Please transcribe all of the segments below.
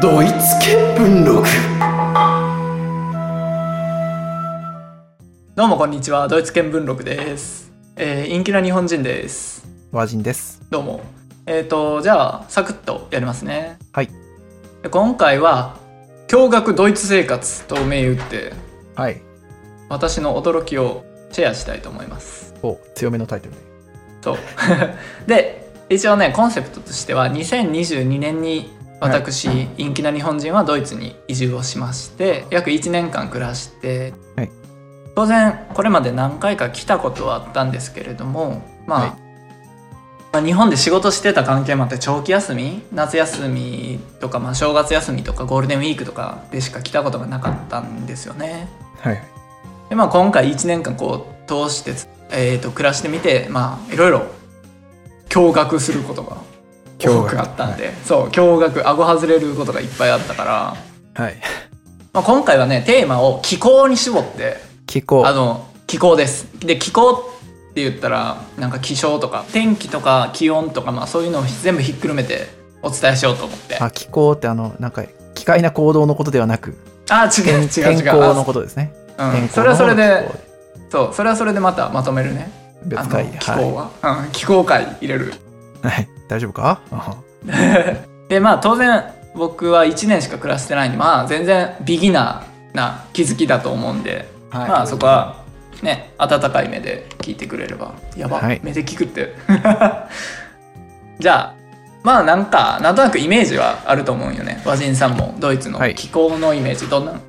ドイツ系文録どうもこんにちはドイツ見聞録です、えー、陰気な日本人です和人です。どうもえっ、ー、とじゃあサクッとやりますねはいで今回は「驚愕ドイツ生活」と銘打ってはい。私の驚きをシェアしたいと思いますお、強めのタイトルで。そう で一応ねコンセプトとしては2022年に私、陰気な日本人はドイツに移住をしまして約1年間暮らして、はい当然これまで何回か来たことはあったんですけれどもまあ、はいまあ日本で仕事してた関係もあって長期休み夏休みとか、まあ、正月休みとかゴールデンウィークとかでしか来たことがなかったんですよね。はいはい。でまあ、今回1年間こう通してつ、えー、と暮らしてみてまあいろいろ驚愕することが多驚愕くあったんで、そう驚愕顎外れることがいっぱいあったから、はい。まあ、今回はねテーマを気候に絞って気候。あはの気候ですで気候って言ったらなんか気象とか天気とか気温とか、まあ、そういうのを全部ひっくるめてお伝えしようと思ってああ、気候ってあの、なんか、機械な行動のことではなく、あ違う違う違う天候のことですね。あうん、天そ候の方のれはそれ気候でそうそれはそれでまたまとめるね別会あので。気候は、うん、気候会入れるはい。はい。大丈夫かうでまあ当然僕は1年しか暮らしてないんでまあ全然ビギナーな気づきだと思うんで、んはい。まあそこはね温かい目で聞いてくれればやば、はい目で聞くって じゃあまあなんかなんとなくイメージはあると思うんよね和人さんもドイツのはい気候のイメージどんなの、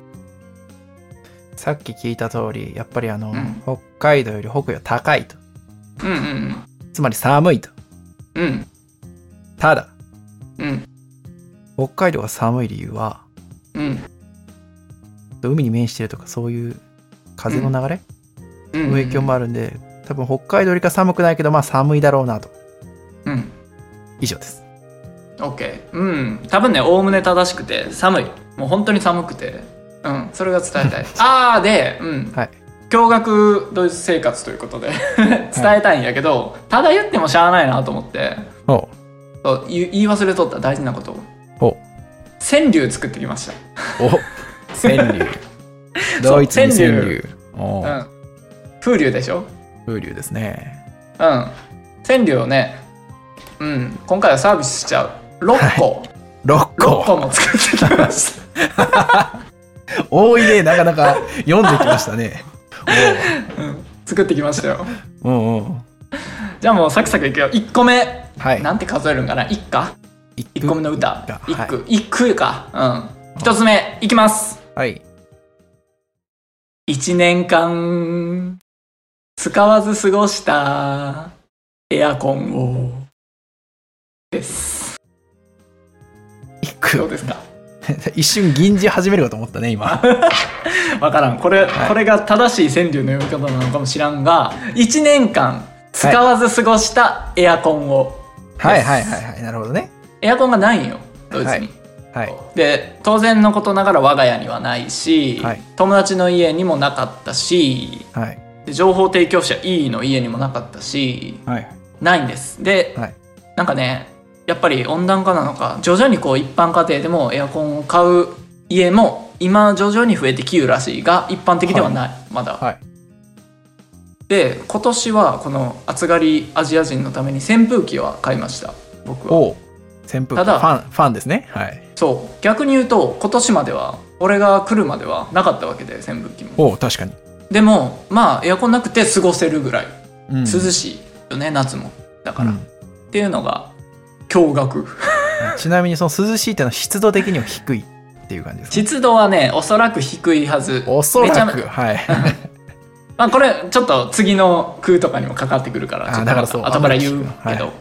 さっき聞いた通り、やっぱりあの、うん北海道より北緯は高いと。うんうんつまり寒いと。うんただ、うん北海道が寒い理由は、うん海に面してるとかそういう風の流れ、うんうんの影響もあるんで、多分北海道よりか寒くないけど、まあ寒いだろうなと。うん以上です。 OK うん多分ねおおむね正しくて寒いもう本当に寒くてうんそれが伝 えたいああでうんはい。驚愕ドイツ生活ということで 伝えたいんやけど、ただ言ってもしゃあないなと思っておそう言い言い忘れとった大事なことを お川柳作ってきましお川柳ドイツに川柳おた、うーん、風流でしょ風流ですねうん川柳をねうん今回はサービスしちゃう6個、 6 6個個も作ってきました多いねなかなか読んできましたね作ってきましたよおううんうんじゃあもうサクサクいくよ1個目はいなんて数えるんかな1か一1個目の歌が1句、一句かうん1つ目いきますはい1年間使わず過ごしたエアコンをです一どう句 ですか一瞬銀じ始めるかと思ったね今わからんこれ、はいこれが正しい川柳の読み方なのかもしらんが1年間使わず過ごしたエアコンを、はいはいはいはいなるほどねエアコンがないんよドイツに、はいはいで当然のことながら我が家にはないし、はい友達の家にもなかったしはいで情報提供者 E の家にもなかったしはいないんですで、はいなんかねやっぱり温暖化なのか徐々にこう一般家庭でもエアコンを買う家も今徐々に増えてきうらしいが一般的ではない、まだ、はいで今年はこの暑がりアジア人のために扇風機は買いました僕はおう扇風機ただファンファンですねはいそう逆に言うと今年までは俺が来るまではなかったわけで扇風機もおう確かに、でもまあエアコンなくて過ごせるぐらいうん、涼しいよね、夏もだから、うんっていうのが驚愕ちなみにその涼しいっていうのは湿度的には低いっていう感じですか湿度はねおそらく低いはずおそらめくちゃはいまあ、これちょっと次の空とかにもかかってくるからあちょっとだからそう後から言あうんまけり聞くど、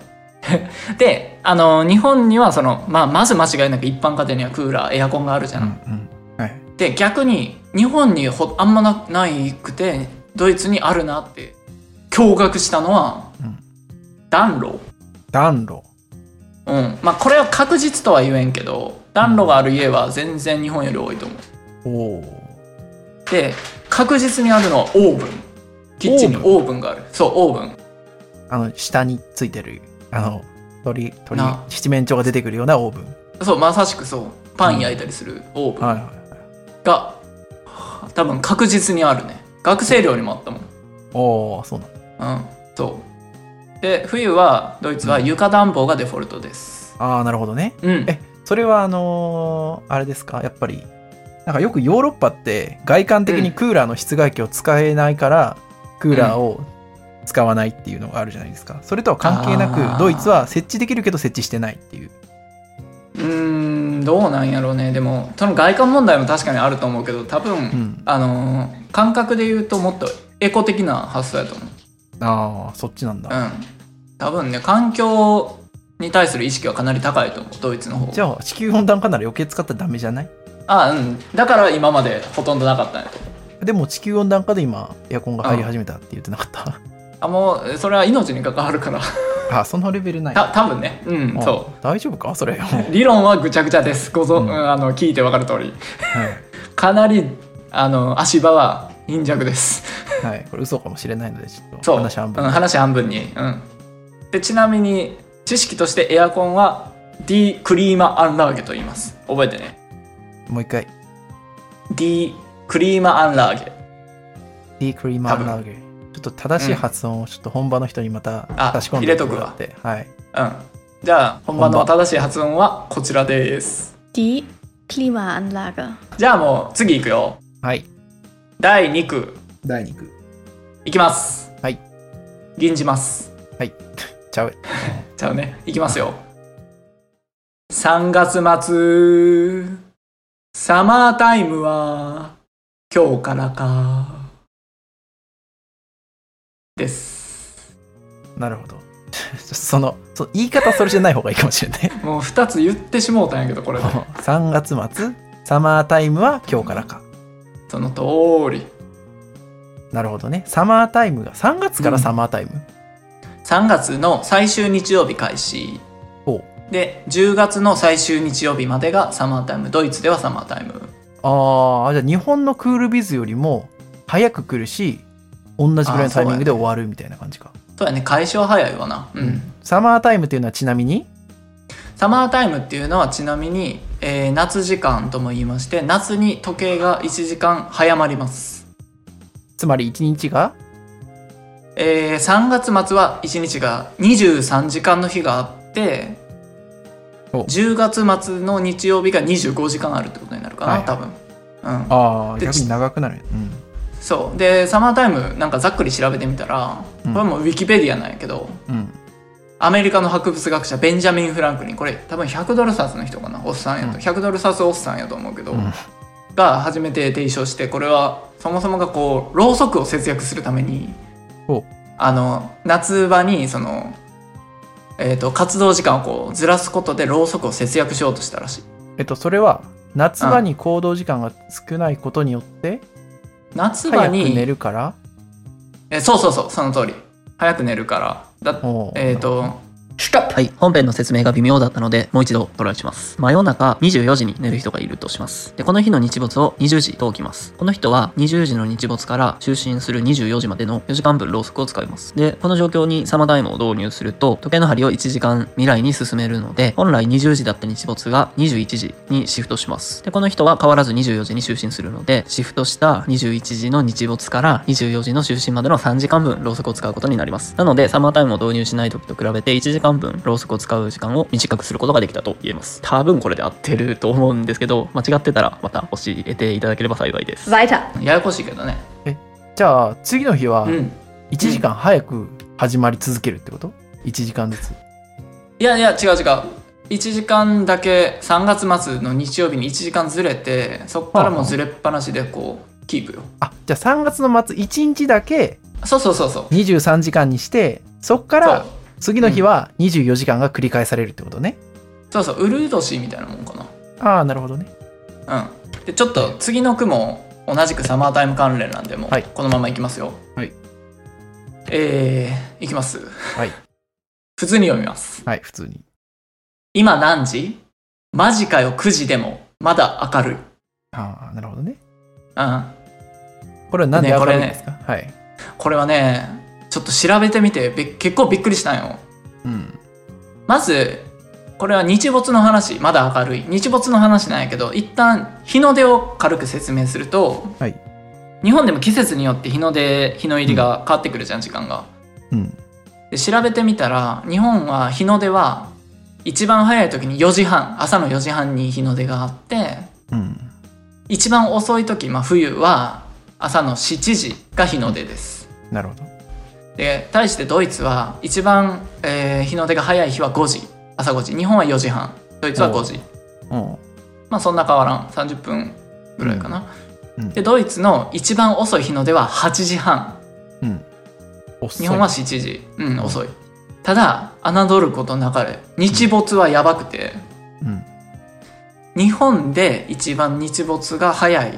なであの日本にはその、まあ、まず間違いなく一般家庭にはクーラーエアコンがあるじゃ、うんんうんはいで逆に日本にほあんまなないくてドイツにあるなって驚愕したのは、うん暖炉暖炉うんまあこれは確実とは言えんけど暖炉がある家は全然日本より多いと思うおおで確実にあるのはオーブンキッチンにオーオーブンがあるそうオーブンあの下についてるあの鳥鳥な七面鳥が出てくるようなオーブンそうまさしくそうパン焼いたりするオーブンはいはい。が、はあ多分確実にあるね学生寮にもあったもんおお、そうなんだ。うんそうで冬はドイツは床暖房がデフォルトですああ、なるほどね。うんえ、それはあのーあれですかやっぱり、なんかよくヨーロッパって外観的にクーラーの室外機を使えないから、クーラーを使わないっていうのがあるじゃないですか。それとは関係なあーく、ドイツは設置できるけど設置してないっていう。うーんどうなんやろうねでもその外観問題も確かにあると思うけど多分、んあのー感覚で言うともっとエコ的な発想やと思うああ、そっちなんだ。うん多分ね環境に対する意識はかなり高いと思うドイツの方じゃあ、地球温暖化なら余計使ったらダメじゃないあうんだから今までほとんどなかったんやと思うでも地球温暖化で今、エアコンが入り始めたって言ってなかった。あもうそれは命に関わるからあーそのレベルない。た多分ねうんあそ大丈夫か それ。もうう理論はぐちゃぐちゃですごぞ、うんうんあの聞いてわかる通りはかなりあの足場は貧弱ですい。はい。これ嘘かもしれないので、ちょっそとう話半分うん、。話半分に、うん、でちなみに知識としてエアコンは D クリーマアンラーゲと言います覚えてねもう一回。 D クリーマアンラーゲ D クリーマーラーゲちょっと正しい発音をちょっと本場の人にまたあ差し込んでいてもらってはいうんじゃあ本番の正しい発音はこちらです。 Die Klimaanlage. じゃあもう次いくよ。はい第2句第2句いきます。はい。吟じます。はいちゃうじゃあね、いきますよ。3月末、サマータイムは今日からか。です。なるほど そのその言い方それじゃない方がいいかもしれない もう2つ言ってしもうたんやけど、これで。 3月末サマータイムは今日からかその通り。なるほどねサマータイムが3月からサマータイム、 3月の最終日曜日開始。ほうで10月の最終日曜日までがサマータイムドイツではサマータイムああじゃあ日本のクールビズよりも早く来るし同じぐらいのタイミングで終わるみたいな感じか、そうやね解消早いわなうん、サマータイムっていうのはちなみにサマータイムっていうのはちなみに、えー夏時間とも言いまして夏に時計が1時間早まりますつまり1日がえー3月末は1日が23時間の日があってお10月末の日曜日が25時間あるってことになるかな、はいはい多分うんああで逆に長くなる、うん、そうでサマータイムなんかざっくり調べてみたらこれもウィキペディアなんやけど、うん。アメリカの博物学者ベンジャミン・フランクリンこれ多分100ドル札の人かなおっさんやと、うん100ドル札おっさんやと思うけど、んが初めて提唱してこれはそもそもがこうろうそくを節約するためにおあの夏場にその、えー、と活動時間をこうずらすことでろうそくを節約しようとしたらしいえっと、それは、夏場に行動時間が少ないことによって、夏場早くに寝るから、えそうそうそうその通り早く寝るからだおうえっ、とはい、本編の説明が微妙だったので、もう一度トライします。真夜中24時に寝る人がいるとします。で、この日の日没を20時と置きます。この人は20時の日没から就寝する24時までの4時間分ろうそくを使います。で、この状況にサマータイムを導入すると、時計の針を1時間未来に進めるので、本来20時だった日没が21時にシフトします。で、この人は変わらず24時に就寝するので、シフトした21時の日没から24時の就寝までの3時間分ろうそくを使うことになります。なので、サマータイムを導入しない時と比べて1時間分ろうそくを使う時間を短くすることができたと言えます。多分これで合ってると思うんですけど、間違ってたらまた教えていただければ幸いです。 Weiter. ややこしいけどねじゃあ、次の日はう、ん1時間早く始まり続けるってこと ?1 時間ずつ。いやいや違う違う1時間だけ3月末の日曜日に1時間ずれてそっからもうずれっぱなしでこうキープよあ、じゃあ3月の末、1日だけそうそうそうそう23時間にして、そっかそうら、次の日は24時間が繰り返されるってことね。そうそうウルードシーみたいなもんかああ、なるほどね。なうんでちょっと次の句も同じくサマータイム関連なんでもうはいこのままいきますよはいえー、いきますはい。普通に読みますはい、普通に。今何時マジかよ9時でもまだ明るいああ、なるほどね。うんこれは何でねこ明れるいんねですか、はい。これはねちょっと調べてみてべ結構びっくりしたんようん。まずこれは日没の話まだ明るい日没の話なんやけど一旦日の出を軽く説明するとはい。日本でも季節によって日の出日の入りが変わってくるじゃん時間が。うん。で調べてみたら日本は日の出は一番早い時に4時半朝の4時半に日の出があってうん。一番遅い時、まあ、冬は朝の7時が日の出です。なるほど。で対してドイツは一番、えー日の出が早い日は5時朝5時日本は4時半ドイツは5時おうまあそんな変わらん30分ぐらいかな、うんでドイツの一番遅い日の出は8時半うん。遅い日本は7時うん遅いただ侮ることなかれ日没はやばくてうん。日本で一番日没が早い、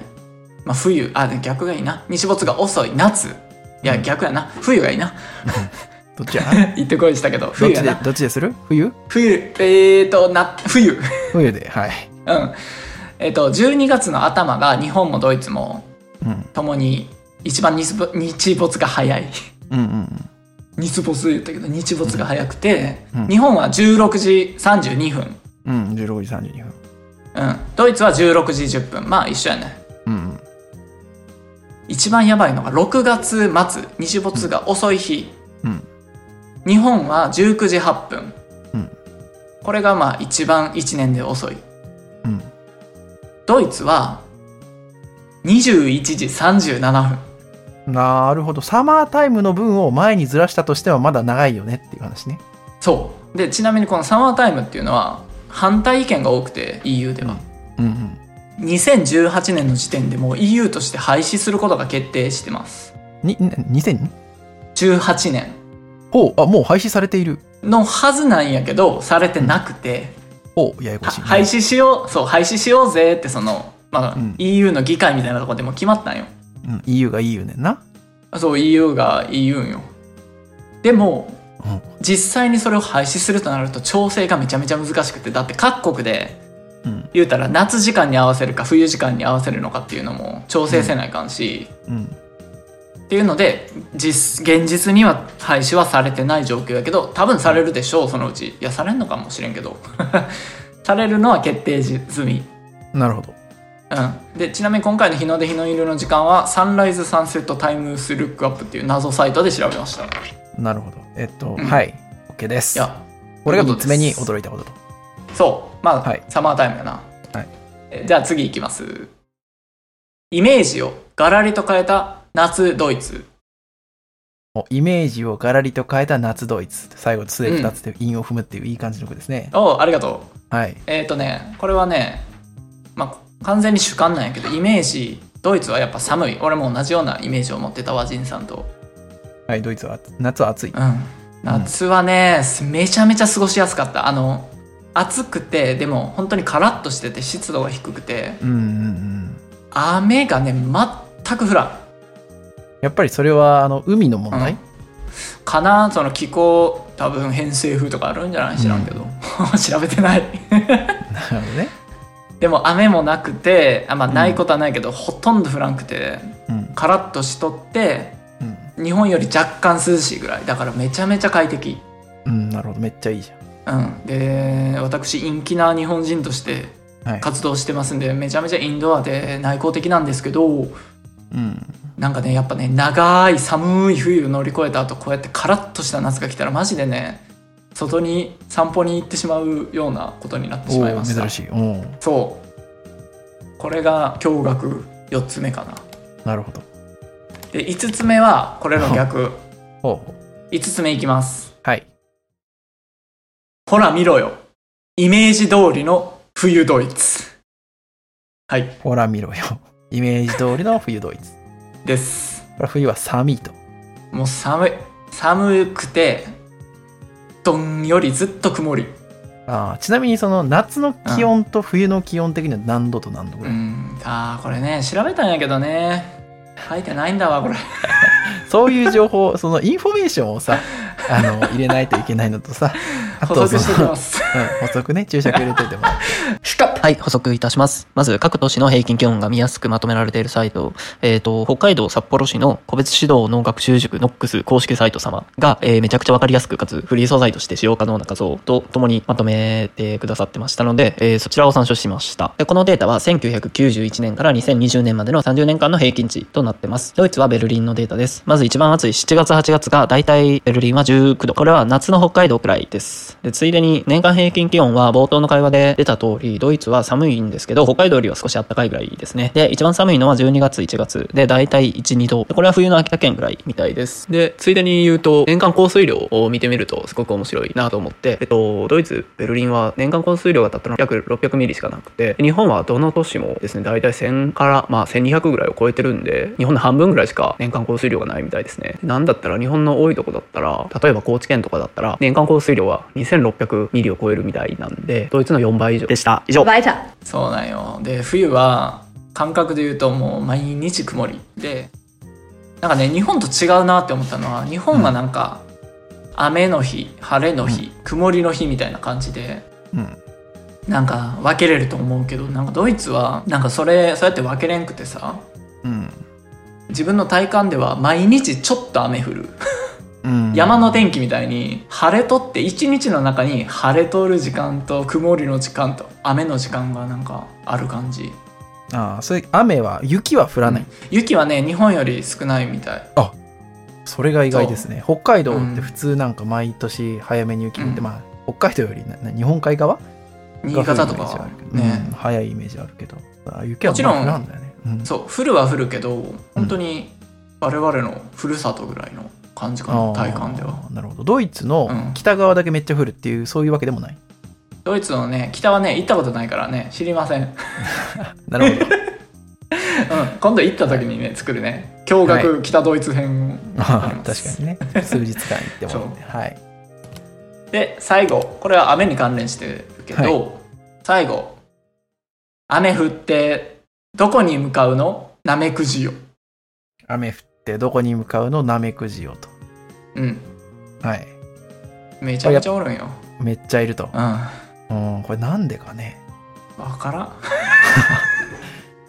まあ、冬あでも逆がいいな日没が遅い夏いやうん逆やな冬がいいな どっちや言ってこいでしたけどどっ冬ちやで、などっちでする冬冬えーとな冬冬で、はい。うん。えっ、と、12月の頭が日本もドイツもうん。ともに一番日没日没が早い。うんうん 日没言ったけど、日没が早くて、うん日本は16時32分。うん。うん、16時32分。うん。ドイツは16時10分。まあ一緒やね。うんうん。一番やばいのが6月末、日没が遅い日。うん日本は19時8分。うんこれがまあ一番1年で遅い。うん。ドイツは21時37分。なるほど。サマータイムの分を前にずらしたとしてはまだ長いよねっていう話ね。そうでちなみにこのサマータイムっていうのは反対意見が多くて EU では、うんうん。 2018年の時点でもう EU として廃止することが決定してますに、2000? 18年ほう、あ、もう廃止されている。のはずなんやけどされてなくて、ほう、ややこはしい。廃。止しようそう廃止しようぜってその、まあうん EU の議会みたいなとこでも決まったんようん、EU が EU ねんな。そう EU が EU んよでもうん。実際にそれを廃止するとなると調整がめちゃめちゃ難しくてだって各国でうん。言うたら夏時間に合わせるか冬時間に合わせるのかっていうのも調整せないかんし、うん。っていうので実現実には廃止はされてない状況やけど多分されるでしょうそのうちいやされんのかもしれんけど されるのは決定済み、なるほど。うん、でちなみに今回の日の出日の入りの時間はサンライズサンセットタイムスルックアップっていう謎サイトで調べましたいなるほど。えっと、うんはい。OK です。やこれが3つ目にそうです驚いたことと。そうまあ、はいサマータイムやな、はいえじゃあ次いきますイメージをガラリと変えた夏ドイツおイメージをガラリと変えた夏ドイツ。最後、すでうん2つで韻を踏むっていういい感じの句ですね。おうありがとうはい。えっ、とねこれはねまあ完全に主観なんやけどイメージドイツはやっぱ寒い俺も同じようなイメージを持ってたわジンさんとはい、ドイツは、夏は暑い。うん夏はね、めちゃめちゃ過ごしやすかったあの暑くてでも本当にカラッとしてて湿度が低くてうんうんうん。雨がね全く降らんやっぱりそれは、あの、海の問題かなその気候多分偏西風とかあるんじゃない知らんけど、 調べてない なるほどね。でも雨もなくてあまあないことはないけど、ほとんど降らんくてうん。カラッとしとってうん。日本より若干涼しいぐらいだからめちゃめちゃ快適うん、なるほど。めっちゃいいじうんで私陰気な日本人としてゃん。はい。活動してますんでめちゃめちゃインドアで内向的なんですけどうん。なんかねやっぱね長い寒い冬を乗り越えた後こうやってカラッとした夏が来たらマジでね外に散歩に行ってしまうようなことになってしまいおまおした珍しい。おおそうこれが驚愕4つ目かななるほど。で5つ目はこれの 逆ほうほう。 5つ目いきますはい。ほら見ろよ。イメージ通りの冬ドイツ。はい、ほら見ろよ。 イメージ通りの冬ドイツ。です。これは冬は寒いと。もう寒い。寒くて、どんよりずっと曇り。ああちなみにその夏の気温と冬の気温的には何度と何度ぐうらい、ん、あー、これね、調べたんやけどね。書いてないんだわ、 これ。そういう情報 そのインフォメーションを さあの入れないといけないのとさあ補とそ足しておきの ます。うん補足ね注釈入れといてもらうしかったはい、補足いたします。まず、各都市の平均気温が見やすくまとめられているサイト、えっ、と、北海道札幌市の個別指導の学習塾ノックス公式サイト様が、えーめちゃくちゃわかりやすくかつフリー素材として使用可能な画像と共にまとめてくださってましたので、えーそちらを参照しました。でこのデータは1991年から2020年までの30年間の平均値となってます。ドイツはベルリンのデータです。まず一番暑い7月8月が大体ベルリンは19度。これは夏の北海道くらいです。で、ついでに年間平均気温は冒頭の会話で出た通り、ドイツは寒いんですけど、北海道よりは少し暖かいぐらいですね。で、一番寒いのは12月1月で大体1、2度。でこれは冬の秋田県ぐらいみたいです。で、ついでに言うと、年間降水量を見てみるとすごく面白いなと思って、えっと、ドイツ、ベルリンは年間降水量がたったの約600ミリしかなくて、日本はどの都市もですね、大体1000から、まあ、1200ぐらいを超えてるんで、日本の半分ぐらいしか年間降水量がないみたいですね。なんだったら日本の多いとこだったら、例えば高知県とかだったら、年間降水量は2600ミリを超えるみたいなんで、ドイツの4倍以上でした。以上。 Weiter. そうなんよで冬は感覚で言うともう毎日曇りでなんかね日本と違うなって思ったのは日本はなんか、雨の日晴れの日、曇りの日みたいな感じでうん。なんか分けれると思うけどなんかドイツはなんかそれそうやって分けれんくてさうん。自分の体感では毎日ちょっと雨降る、うん。山の天気みたいに晴れとって一日の中に晴れとる時間と曇りの時間と雨の時間がなんかある感じああ、それ、雨は、雪は降らない。雪はね日本より少ないみたいそれが意外ですね。北海道って普通なんか毎年早めに雪降って、うんまあ、北海道よりなな日本海側新潟とかが降るイメージあるけどはねうん、早いイメージあるけど。ああ雪はもちろんまあ降らんだよね。うんそう降るは降るけど本当に我々のふるさとぐらいの感じかな体感ではあーなるほどドイツのうん北側だけめっちゃ降るっていう、そういうわけでもないドイツのね北はね行ったことないからね知りません、うん、なる ほど 今度行った時にね作るね驚愕北ドイツ編をあやりーます 確かにね数日間行ってもらってはいで最後これは雨に関連してるけど、は最後雨降ってどこに向かうのなめくじよ雨降ってどこに向かうのなめくじよとうんはいめちゃめちゃおるんよめっちゃいるとうんわうんこれなんでかねからん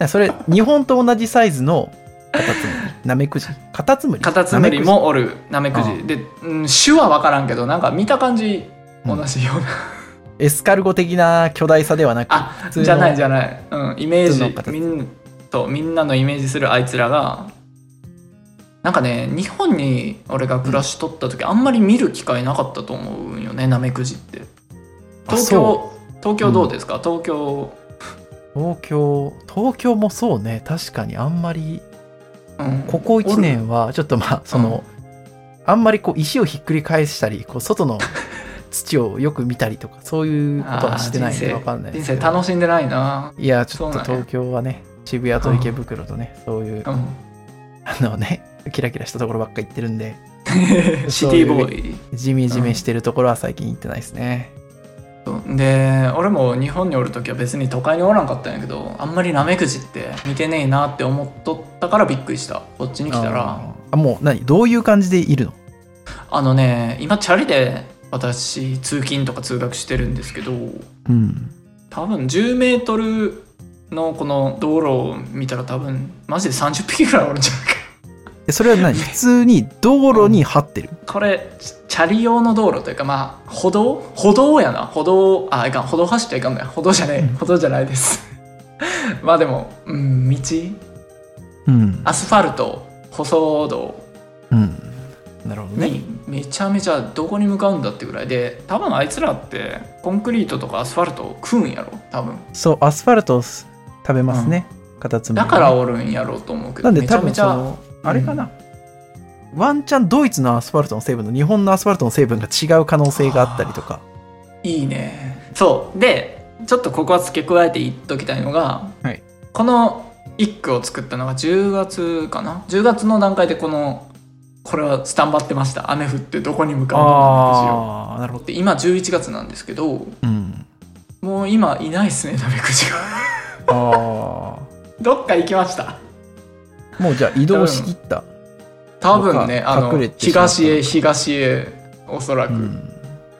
それ日本と同じサイズのカタツムリな めくじカタツムリカタツムリもおるナメクああジで、うん、種は分からんけどなんか見た感じう同んじような、エスカルゴ的な巨大さではなくあ普通のじゃないじゃない、うん、イメー普通のカタジツみんとみんなのイメージするあいつらがなんかね日本に俺が暮らしとった時、あんまり見る機会なかったと思うんよねナメクジってあ東そ京東京どうですか、東京う東京東京もそうね確かにあんまりうんここ1年はちょっとまあその、あんまりこう石をひっくり返したりこう外 の土をよく見たりとかそういうことはしてないんであーわかんないで人すけ生ど楽しんでないないやちょっとそうなんや東京はね渋谷と池袋とねそういううんあのねキラキラしたところばっか行ってるんで シティボーイジメジメしてるところは最近行ってないですね、そうで俺も日本におる時は別に都会におらんかったんやけどあんまりナメクジって見てねえなって思っとったからびっくりしたこっちに来たらあーあもう何どういう感じでいるのあのね今チャリで私通勤とか通学してるんですけどうん多分10メートルのこの道路を見たら多分マジで30匹ぐらいおるんじゃないかえそれは何普通に道路に張ってる、これチチャリ用の道路というかまあ歩道歩道やな歩道あいかん歩道走っちゃいかんのや歩道じゃねえ歩道じゃないです まあでもうん道うんアスファルト舗装道うん、なるほどねにめちゃめちゃどこに向かうんだってぐらいで多分あいつらってコンクリートとかアスファルトを食うんやろ多分そうアスファルトを食べますね、カタツムリだはねからおるんやろうと思うけどなんでめち多ゃめ分ちそゃのあれかな、ワンチャンドイツのアスファルトの成分と日本のアスファルトの成分が違う可能性があったりとかいいねそうでちょっとここは付け加えて言っときたいのが、はいこの一句を作ったのが10月かな10月の段階でこのこれはスタンバってました雨降ってどこに向かうのなんであーなるほどすよで今11月なんですけどうんもう今いないっすねナメクジがあどっか行きましたあもうじゃあ移動しきった多分ね僕はあの隠れてしまった東へ東へおそらうく、ん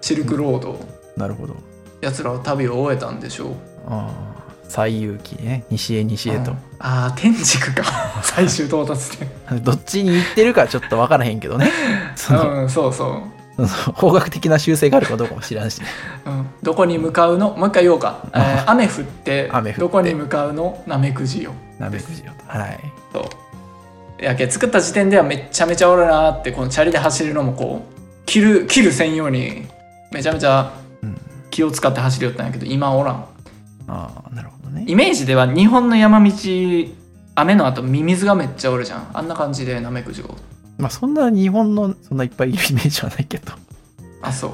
シルクロード、なるほどやつらは旅を終えたんでしょうあ最有機ね西へ西へと、うんああ天竺 か最終到達点どっちに行ってるかちょっと分からへんけ どねその、うんそうそうその方角的な修正があるかどうかも知らんし、ね、うん、どこに向かうのもう一回言おうか、えー雨降って雨降ってどこに向かうのなめくじよなめくじよとはいそうやけ作った時点ではめちゃめちゃおるなーってこのチャリで走るのもこう切る切る専用にめちゃめちゃうん気を使って走りよったんやけど今おらんああなるほどねイメージでは日本の山道雨の後ミミズがめっちゃおるじゃんあんな感じでなめくじをまあそんな日本のそんないっぱいいるイメージはないけどあそう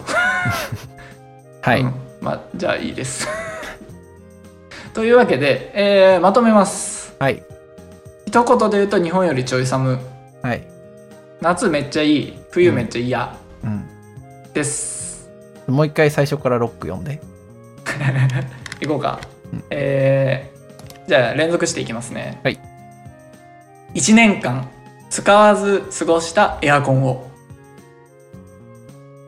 はい、うんまあじゃあいいです というわけで、えーまとめますはい一言で言うと日本よりちょい寒はい夏めっちゃいい冬めっちゃ嫌、うんですもう一回最初からロック読んでいこうか、うんえーじゃあ連続していきますねはい1年間使わず過ごしたエアコンを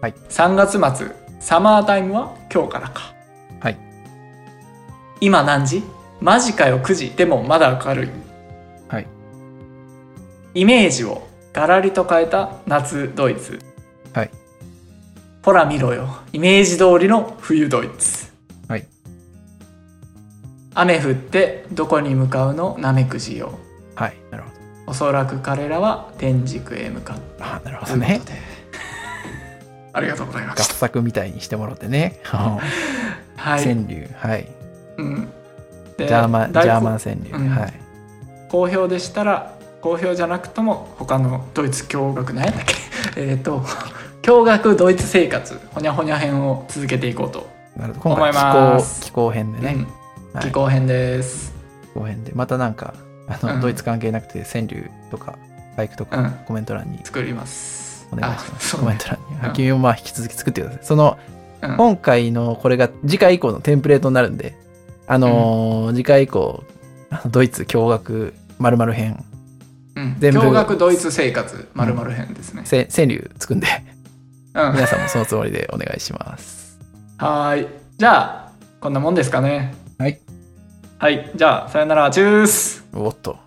はい3月末サマータイムは今日からかはい今何時マジかよ9時でもまだ明るいはいイメージをガラリと変えた夏ドイツはいほら見ろよイメージ通りの冬ドイツはい雨降ってどこに向かうのナメクジよはいなるほどおそらく彼らは天竺へ向かうああなるほとどいうことねでありがとうございま合した作みたいにしてもらってねはい、川柳はいうん、ジでャーマンジ大好ャーマン川柳、うんはい好評でしたら好評じゃなくとも他のドイツ共学何やったっけ えっと共学ドイツ生活ほにゃほにゃ編を続けていこうと、なるほど今回気思いま候す気候編でね、うん、はい気候編です、気候編でまたなんかあの、うんドイツ関係なくて川柳とかバイクとか、うんコメント欄に作りますお願いしますコあそうメンねト欄に、うん君もまあ引き続き作ってくださいその、うん今回のこれが次回以降のテンプレートになるんであのー次回以降あのドイツ共学まる編うん全部共学ドイツ生活まるまる編ですね、せ川柳作 んでうん皆さんもそのつもりでお願いしますはーいじゃあこんなもんですかねはいはいじゃあさよならチュースおっと